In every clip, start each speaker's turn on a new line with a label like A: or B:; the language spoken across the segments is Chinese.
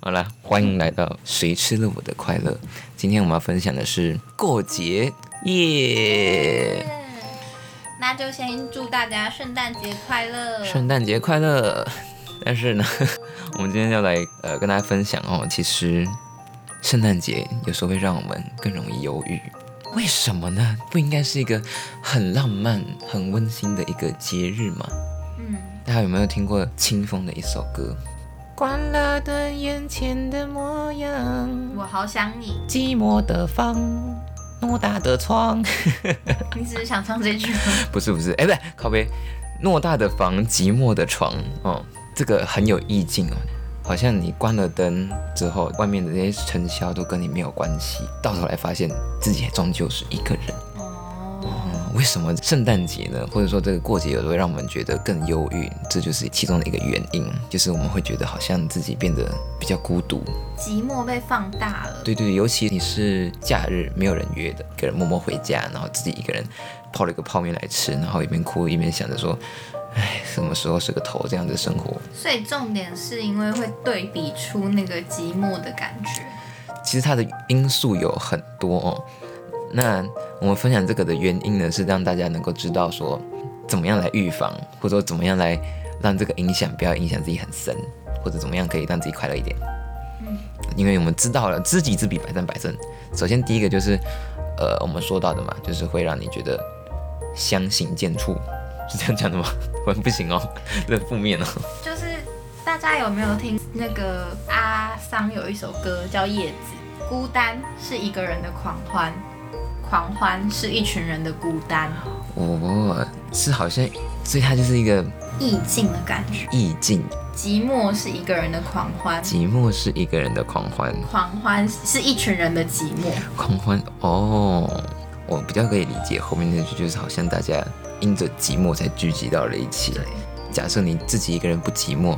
A: 好啦，欢迎来到《谁吃了我的快乐》。今天我们要分享的是过节耶
B: 那就先祝大家圣诞节快乐！
A: 圣诞节快乐！但是呢，我们今天要来呃跟大家分享哦，其实圣诞节有时候会让我们更容易忧郁，为什么呢？不应该是一个很浪漫、很温馨的一个节日吗？
B: 嗯，
A: 大家有没有听过清风的一首歌？关了的眼前的模样，
B: 我好想 你。
A: 寂寞的房，偌大的窗。
B: 你只是想唱这句吗？
A: 不是不是，哎、不对，靠背，偌大的房，寂寞的床，哦，这个很有意境哦，好像你关了灯之后，外面的那些尘嚣都跟你没有关系，到头来发现自己终究是一个人。
B: 哦，
A: 嗯，为什么圣诞节呢？或者说这个过节有时候会让我们觉得更忧郁，这就是其中的一个原因，就是我们会觉得好像自己变得比较孤独。
B: 寂寞被放大了。
A: 对对，尤其你是假日没有人约的，一个人默默回家，然后自己一个人泡了一个泡面来吃，然后一边哭一边想着说，哎，什么时候是个头这样的生活？
B: 所以重点是因为会对比出那个寂寞的感觉。
A: 其实它的因素有很多哦。那我们分享这个的原因呢，是让大家能够知道说，怎么样来预防，或者说怎么样来让这个影响不要影响自己很深，或者怎么样可以让自己快乐一点。
B: 嗯
A: 因为我们知道了知己知彼，百战百胜。首先第一个就是，呃，我们说到的嘛，就是会让你觉得相形见绌，是这样讲的吗？ 我不行哦，这很负面哦。
B: 就是大家有没有听那个阿桑有一首歌叫《叶子》，孤单是一个人的狂欢，狂欢是一群人的孤单，
A: 哦，是好像，所以它就是一个
B: 意境的感觉。
A: 意境，
B: 寂寞是一个人的狂欢，
A: 寂寞是一个人的狂欢，
B: 狂欢是一群人的寂寞。
A: 狂欢哦，我比较可以理解后面那句，就是好像大家因着寂寞才聚集到了一起。
B: 对。
A: 假设你自己一个人不寂寞，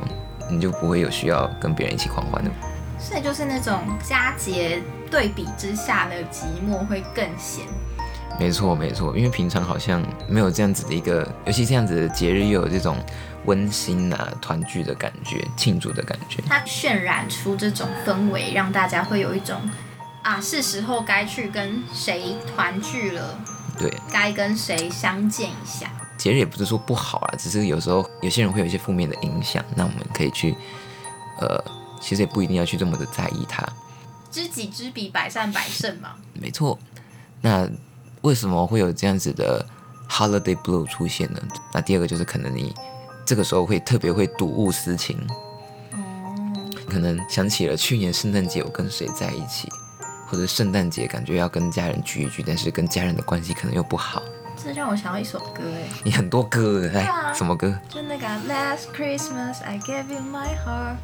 A: 你就不会有需要跟别人一起狂欢的。
B: 所以就是那种佳节对比之下的寂寞会更显。
A: 没错，没错，因为平常好像没有这样子的一个，尤其这样子的节日，又有这种温馨啊、团聚的感觉、庆祝的感觉。
B: 它渲染出这种氛围，让大家会有一种啊，是时候该去跟谁团聚了，
A: 对，
B: 该跟谁相见一下。
A: 节日也不是说不好啊，只是有时候有些人会有一些负面的影响，那我们可以去，呃，其实也不一定要去这么的在意它。
B: 知己知彼，百战百胜嘛。
A: 没错，那为什么会有这样子的 holiday blue 出现呢？那第二个就是可能你这个时候会特别会睹物思情，
B: 哦，
A: 可能想起了去年圣诞节我跟谁在一起，或者圣诞节感觉要跟家人聚一聚，但是跟家人的关系可能又不好。
B: 这让我想到一首歌，哎，
A: 你很多歌哎，
B: 啊
A: 什么歌？
B: 就那个啊 Last Christmas I gave you my heart,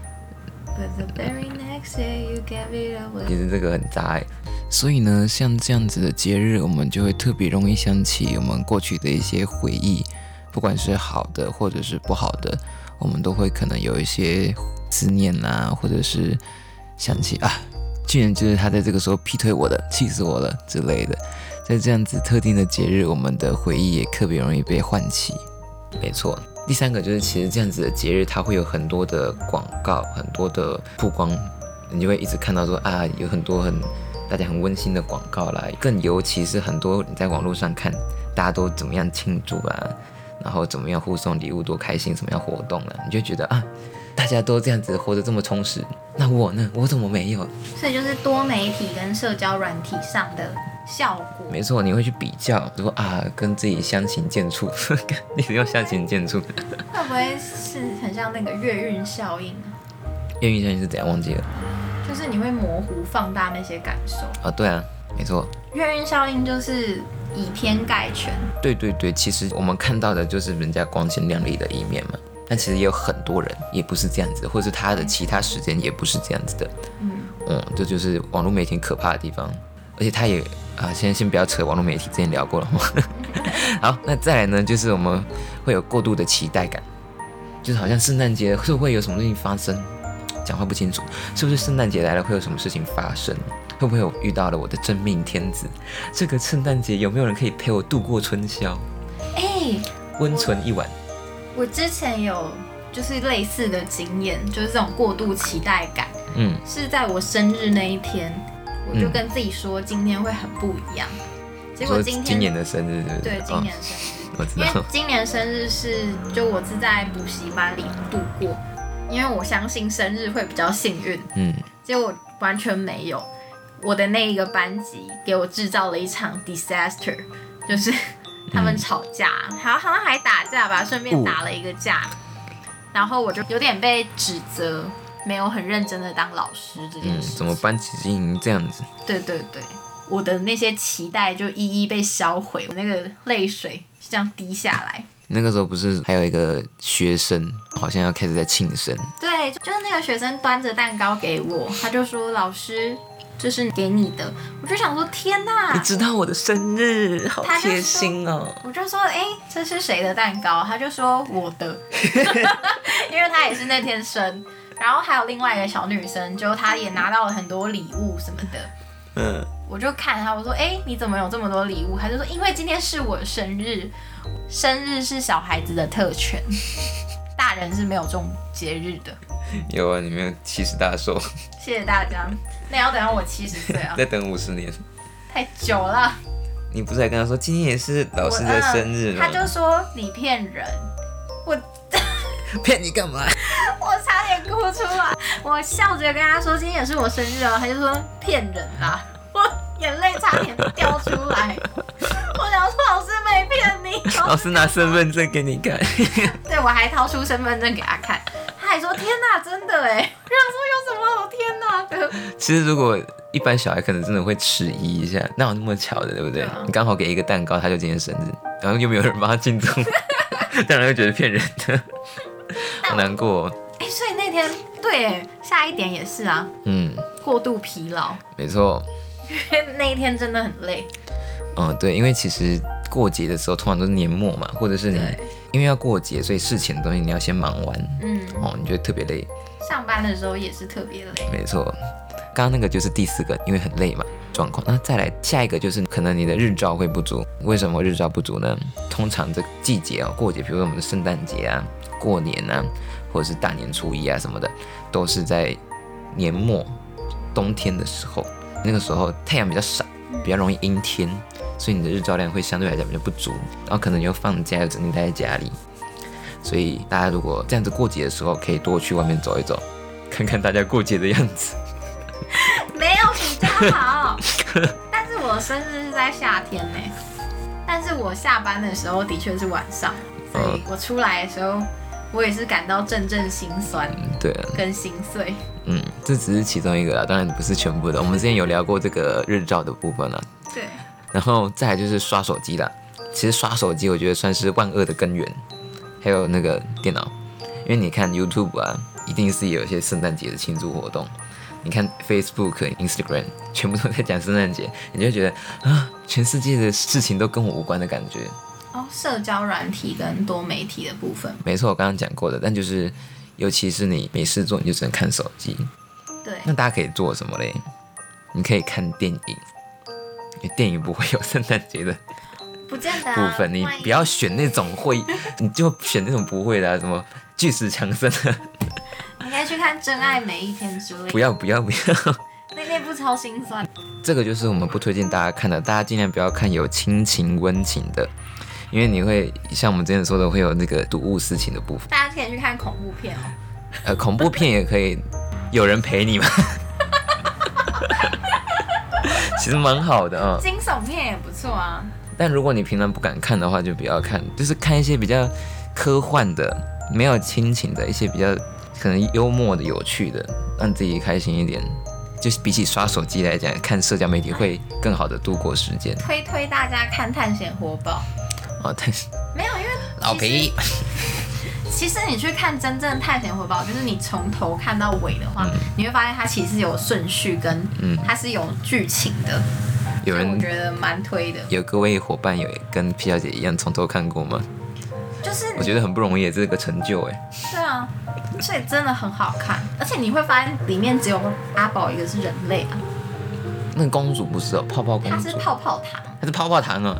B: but the very next day you gave it away
A: 其。实这个很杂哎。所以呢，像这样子的节日，我们就会特别容易想起我们过去的一些回忆，不管是好的或者是不好的，我们都会可能有一些思念啊，或者是想起啊，去年就是他在这个时候劈腿我的，气死我了之类的。在这样子特定的节日，我们的回忆也特别容易被唤起。没错，第三个就是其实这样子的节日，它会有很多的广告，很多的曝光，你就会一直看到说啊，有很多很大家很温馨的广告啦，更尤其是很多你在网络上看，大家都怎么样庆祝啊，然后怎么样互送礼物，多开心，什么样活动啊，你就觉得啊，大家都这样子活得这么充实，那我呢？我怎么没有？
B: 所以就是多媒体跟社交软体上的效果。
A: 没错，你会去比较，说啊，跟自己相形见 绌，你定要相形见绌。
B: 会不会是很像那个月晕效应啊？
A: 艳遇效应是怎样忘记了？
B: 就是你会模糊放大那些感受。
A: 啊，对啊，没错，
B: 月晕效应就是以偏概全，
A: 对对对，其实我们看到的就是人家光鲜亮丽的一面嘛。但其实也有很多人也不是这样子，或是他的其他时间也不是这样子的。
B: 嗯，
A: 嗯，这就是网络媒体可怕的地方。而且他也啊，先先不要扯网络媒体，之前聊过了嘛。 好，那再来呢，就是我们会有过度的期待感，就是好像圣诞节是不会有什么事情发生，讲话不清楚，是不是圣诞节来了会有什么事情发生？会不会有遇到了我的真命天子？这个圣诞节有没有人可以陪我度过春宵？
B: 哎、
A: 温存一晚。
B: 我之前有就是类似的经验，就是这种过度期待感，
A: 嗯
B: 是在我生日那一天，我就跟自己说今天会很不一样。结果
A: 说
B: 今天
A: 今年的生日是不是？
B: 对今年生日。
A: 哦、我知
B: 因为
A: 道，
B: 今年生日是就我是在补习班里度过，因为我相信生日会比较幸运，
A: 嗯，
B: 结果完全没有。我的那一个班级给我制造了一场 disaster，就是他们吵架，好好像还打架吧，顺便
A: 哦
B: 打了一个架，然后我就有点被指责，没有很认真的当老师这 件
A: 嗯，
B: 事情。
A: 怎么班级经营这样子？
B: 对对对，我的那些期待就一一被销毁，我那个泪水是这样滴下来。
A: 那个时候不是还有一个学生好像要开始在庆生，
B: 对，就是那个学生端着蛋糕给我，他就说：“老师，这是给你的。”我就想说：“天哪
A: 你知道我的生日，好
B: 他就
A: 贴心哦！！”
B: 我就说：“哎、这是谁的蛋糕？”他就说：“我 的。”因为他也是那天生。然后还有另外一个小女生，就她也拿到了很多礼物什么的。
A: 嗯，
B: 我就看她，我说：“哎、你怎么有这么多礼物？”她就说：“因为今天是我生日，生日是小孩子的特权， 大人是没有这种节日的。”
A: 有啊，你没有七十大寿，，
B: 谢谢大家。那要等到我七十岁啊
A: 再等五十年。
B: 太久了。
A: 你不是还跟他说今天也是老师的生日吗？
B: 嗯他就说你骗人，
A: 骗你干嘛？
B: 我差点哭出来。我笑着跟他说今天也是我生日哦，他就说骗人啦， 我眼泪差点掉出来。我想说老师没骗你，哦
A: 老师拿身份证给你看，
B: 对我还掏出身份证给他看，他还说天哪，真的哎。我想说有什么好天哪的？
A: 其实如果一般小孩可能真的会迟疑一下，哪有那么巧的，对不对？
B: 对啊
A: 你刚好给一个蛋糕，他就今天生日，然后又没有人帮他庆 祝，当然会觉得骗人的，好难过、哦。
B: 哎、所以那天对哎，下一点也是啊，
A: 嗯，
B: 过度疲劳，
A: 没错，
B: 因为那一天真的很累。
A: 嗯，对，因为其实过节的时候通常都是年末嘛，或者是你
B: 对
A: 因为要过节，所以事前的东西你要先忙完，
B: 嗯。
A: 哦，你就会特别累。
B: 上班的时候也是特别累。
A: 没错，刚刚那个就是第四个，因为很累嘛状况。那再来下一个就是可能你的日照会不足，为什么日照不足呢？通常这个季节哦，过节，比如说我们的圣诞节啊、过年啊，或者是大年初一啊什么的，都是在年末冬天的时候，那个时候太阳比较少，比较容易阴天，所以你的日照量会相对来讲比较不足，然后可能又放假又整天待在家里。所以大家如果这样子过节的时候，可以多去外面走一走，看看大家过节的样子。
B: 没有比较 好，但是我生日是在夏天呢、但是我下班的时候的确是晚上，所以我出来的时候，我也是感到阵阵心酸
A: 对啊，
B: 跟心碎。
A: 嗯，这只是其中一个啦，当然不是全部的。我们之前有聊过这个日照的部分啦，
B: 对，
A: 然后再来就是刷手机啦。其实刷手机，我觉得算是万恶的根源，还有那个电脑，因为你看 YouTube 啊，一定是有一些圣诞节的庆祝活动。你看 Facebook、Instagram，全部都在讲圣诞节，你就会觉得啊，全世界的事情都跟我无关的感觉。
B: 哦，社交软体跟多媒体的部分，
A: 没错，我刚刚讲过的，但就是，尤其是你没事做，你就只能看手机。
B: 对，
A: 那大家可以做什么嘞？你可以看电影，因为电影不会有圣诞节的
B: 不见得、啊、
A: 部分，你
B: 万一
A: 不要选那种会， 你就选那种不会的、啊，什么巨石强森啊，
B: 你可以去看《真爱每一天》之类
A: 不
B: 的，
A: 要不要不要，
B: 那那部超心酸。
A: 这个就是我们不推荐大家看的，大家尽量不要看有亲情温情的，因为你会像我们之前说的，会有那个睹物思情的部分，
B: 大家可以去看恐怖片哦，
A: 呃，恐怖片也可以有人陪你嘛， 其实蛮好的啊、
B: 惊悚片也不错啊。
A: 但如果你平常不敢看的话，就不要看，就是看一些比较科幻的、没有亲情的一些比较可能幽默的、有趣的，让自己开心一点。就是比起刷手机来讲，看社交媒体会更好的度过时间
B: 推推大家看《探险活宝
A: 啊。但是》，
B: 没有，因为
A: 老皮，
B: 其实你去看真正探险回报，就是你从头看到尾的话，你会发现它其实有顺序跟
A: 嗯
B: 它是有剧情的，
A: 有
B: 所以我
A: 人
B: 觉得蛮推的。
A: 有各位伙伴有跟皮小姐一样从头看过吗？
B: 就是
A: 我
B: 你
A: 觉得很不容易，这是个成就哎。
B: 对啊，所以真的很好看，而且你会发现里面只有阿宝一个是人类啊，
A: 那个公主不是哦，泡泡公
B: 它是
A: 主，
B: 泡泡糖，啊
A: 她是泡泡糖哦，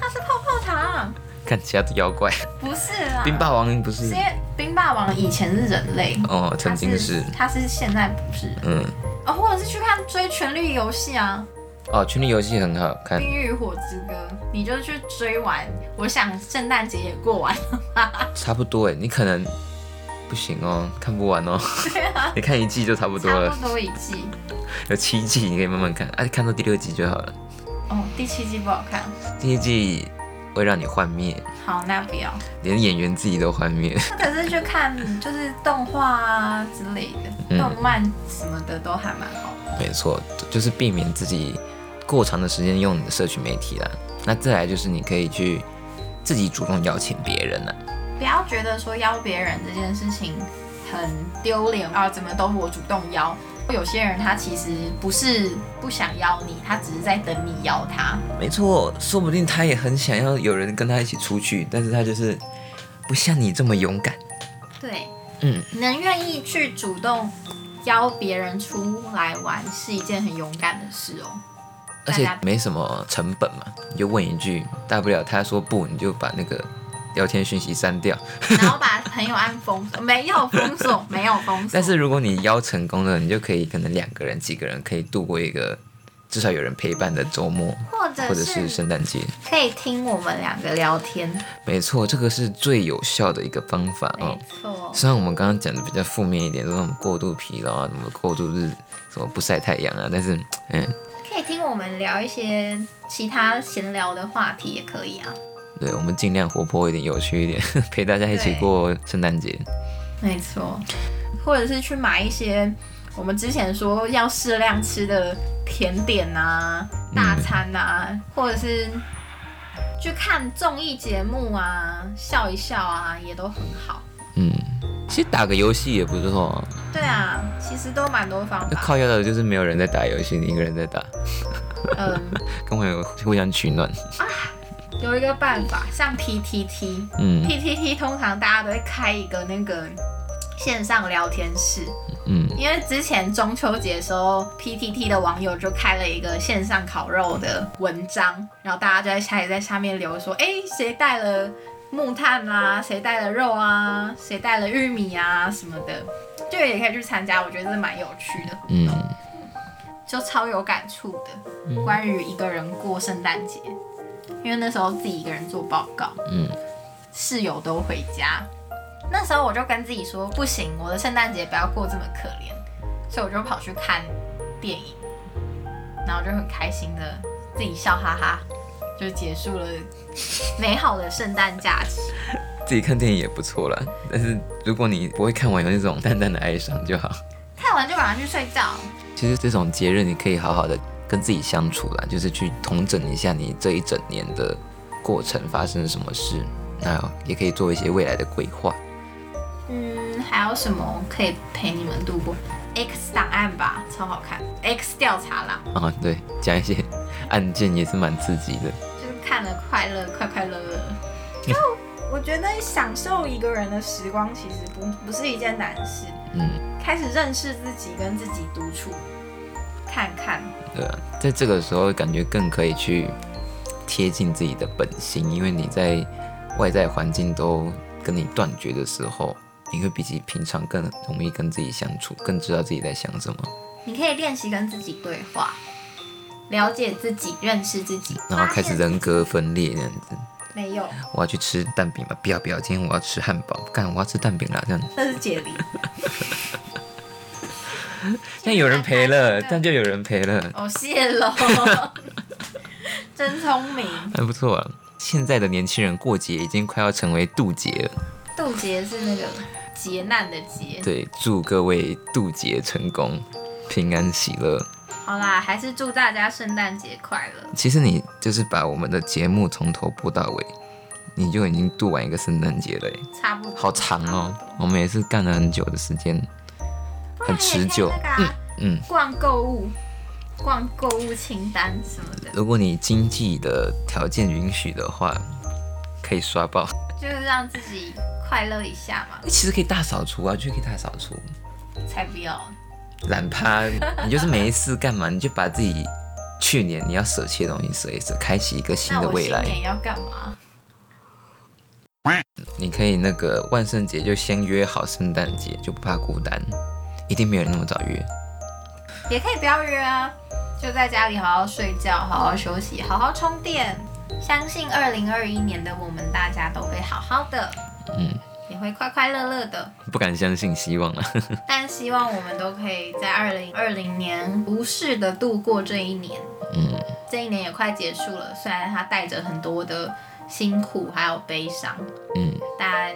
B: 它是泡泡糖，
A: 看其他的妖怪，
B: 不是啦，
A: 啊冰霸王不是
B: 是因为冰霸王以前是人类，
A: 哦，
B: 他
A: 曾经是，
B: 他是现在不是人
A: 嗯，
B: 啊、或者是去看追《权力游戏》啊，
A: 哦，权力游戏很好
B: 《
A: 看，
B: 冰与火之歌》，你就去追完，我想圣诞节也过完，
A: 差不多哎，你可能不行哦，看不完哦， 你看一季就差不多
B: 差
A: 了，
B: 不多一季。
A: 有七季，你可以慢慢看，哎、看到第六季就好了，
B: 哦，第七季不好看，
A: 第一季会让你幻灭，
B: 好，那不要。
A: 连演员自己都幻灭，
B: 或者是去看就是动画啊之类的，
A: 嗯
B: 动漫什么的都还蛮好的。
A: 没错，就是避免自己过长的时间用你的社群媒体啦，那再来就是你可以去自己主动邀请别人啦。
B: 不要觉得说邀别人这件事情很丢脸啊，怎么都我主动邀。有些人他其实不是不想邀你，他只是在等你邀他。
A: 没错，说不定他也很想要有人跟他一起出去，但是他就是不像你这么勇敢。
B: 对，
A: 嗯，
B: 能愿意去主动邀别人出来玩是一件很勇敢的事 哦。
A: 而且没什么成本嘛，你就问一句，大不了他说不，你就把那个聊天讯息删掉。
B: 然后把朋友按封锁，没有封锁，没有封锁。
A: 但是如果你邀成功了，你就可以可能两个人、几个人可以度过一个至少有人陪伴的周末，
B: 或者
A: 或者是
B: 是
A: 圣诞节。
B: 可以听我们两个聊天，
A: 没错，这个是最有效的一个方法哦
B: 没。错，
A: 虽然我们刚刚讲的比较负面一点，说什么过度疲劳啊，什么过度日，什么不晒太阳啊，但是嗯，
B: 可以听我们聊一些其他闲聊的话题也可以啊。
A: 对，我们尽量活泼一点、有趣一点， 陪大家一起
B: 对
A: 过圣诞节。
B: 没错，或者是去买一些我们之前说要适量吃的甜点啊、大餐啊，或者是去看综艺节目啊，笑一笑啊，也都很好。
A: 嗯，其实打个游戏也不错、哦。
B: 对啊，其实都蛮多方
A: 那
B: 法。
A: 靠要的就是没有人在打游戏，你一个人在打，
B: 嗯，
A: 跟朋友互相取暖。
B: 有一个办法，像 PTT。
A: 嗯
B: PTT 通常大家都会开一个那个线上聊天室，
A: 嗯，
B: 因为之前中秋节的时候，PTT 的网友就开了一个线上烤肉的文章，然后大家就在下也在下面留说，哎、谁带了木炭啊，谁带了肉啊，谁带了玉米啊什么的，就也可以去参加，我觉得是蛮有趣的，
A: 嗯，
B: 就超有感触的，关于一个人过圣诞节，因为那时候自己一个人做报告，
A: 嗯，
B: 室友都回家。那时候我就跟自己说，不行，我的圣诞节不要过这么可怜，所以我就跑去看电影，然后就很开心的自己笑哈哈，就结束了美好的圣诞假期。
A: 自己看电影也不错啦。但是如果你不会看完，有那种淡淡的哀伤就好。
B: 看完就马上去睡觉，
A: 其实这种节日，你可以好好的跟自己相处啦，就是去统整一下你这一整年的过程发生了什么事，那也可以做一些未来的规划。
B: 嗯，还有什么可以陪你们度过？X 档案吧，超好看。X 调查啦，
A: 啊，对，讲一些案件也是蛮刺激的。
B: 就是看了快乐，快快乐乐。
A: 嗯
B: 就我觉得享受一个人的时光，其实不不是一件难事。
A: 嗯，
B: 开始认识自己，跟自己独处，看看。
A: 对啊，在这个时候感觉更可以去贴近自己的本心，因为你在外在环境都跟你断绝的时候，你会比起平常更容易跟自己相处，更知道自己在想什么。
B: 你可以练习跟自己对话，了解自己，认识自己，
A: 嗯然后开始
B: 发现
A: 人格分裂这样子，
B: 没有，
A: 我要去吃蛋饼吧，不要不要，今天我要吃汉堡，干我要吃蛋饼啦 这样。
B: 那是解离。
A: 但有人陪 了，
B: 对
A: 但就有人陪了，
B: 哦，谢 喽， 真聪明。
A: 还不错、啊。现在的年轻人过节已经快要成为渡劫了。
B: 渡劫是那个劫难的劫。
A: 对，祝各位渡劫成功，平安喜乐。
B: 好啦，还是祝大家圣诞节快乐。
A: 其实你就是把我们的节目从头播到尾，你就已经度完一个圣诞节了耶，
B: 差不多，
A: 好长哦
B: 差。
A: 我们也是干了很久的时间，
B: 不多
A: 很持久
B: 不然也可以那个啊
A: 嗯嗯
B: 逛购物，逛购物清单什么的，
A: 如果你经济的条件允许的话，可以刷爆。
B: 就是让自己快乐一下嘛。
A: 其实可以大扫除啊，就可以大扫除。
B: 才不要。
A: 懒趴，你就是没事干嘛？你就把自己去年你要舍弃的东西舍一舍，开启一个新
B: 那
A: 的
B: 我
A: 未
B: 新
A: 来。
B: 年要干嘛？
A: 你可以那个万圣节就先约好圣诞节，就不怕孤单，一定没有人那么早约。
B: 也可以不要约啊，就在家里好好睡觉，好好休息，好好充电。相信二零二一年的我们大家都会好好的，
A: 嗯，
B: 也会快快乐乐的。
A: 不敢相信，希望啊了。
B: 但希望我们都可以在二零二零年无事的度过这一年。
A: 嗯，
B: 这一年也快结束了，虽然它带着很多的辛苦还有悲伤，
A: 嗯，
B: 但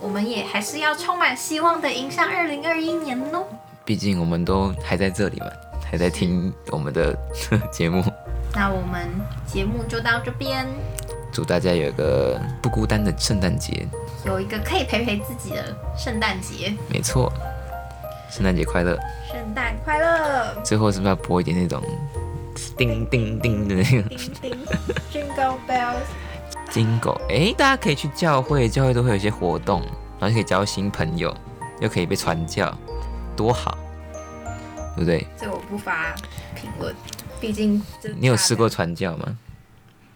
B: 我们也还是要充满希望的迎向二零二一年哦。
A: 毕竟我们都还在这里嘛，还在听我们的 节目。
B: 那我们节目就到这边，
A: 祝大家有一个不孤单的圣诞节。
B: 有一个可以陪陪自己的圣诞节，
A: 没错，圣诞节快乐。
B: 圣诞快乐，
A: 最后是不是要播一点那种叮叮叮的那 个
B: 叮叮，Jingle bells。
A: 金狗，哎，大家可以去教会，教会都会有一些活动，然后就可以交新朋友，又可以被传教，多好，对不对？
B: 这我不发评论，毕竟这
A: 你有试过传教吗？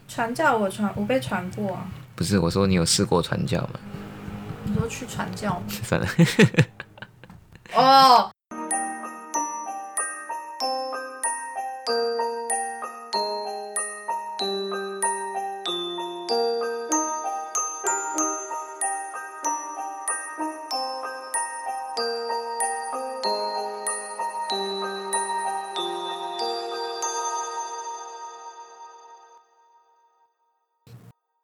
B: 传教？我传，我被传过啊。
A: 不是，我说你有试过传教吗？
B: 你说去传教吗？
A: 算了，
B: 哦，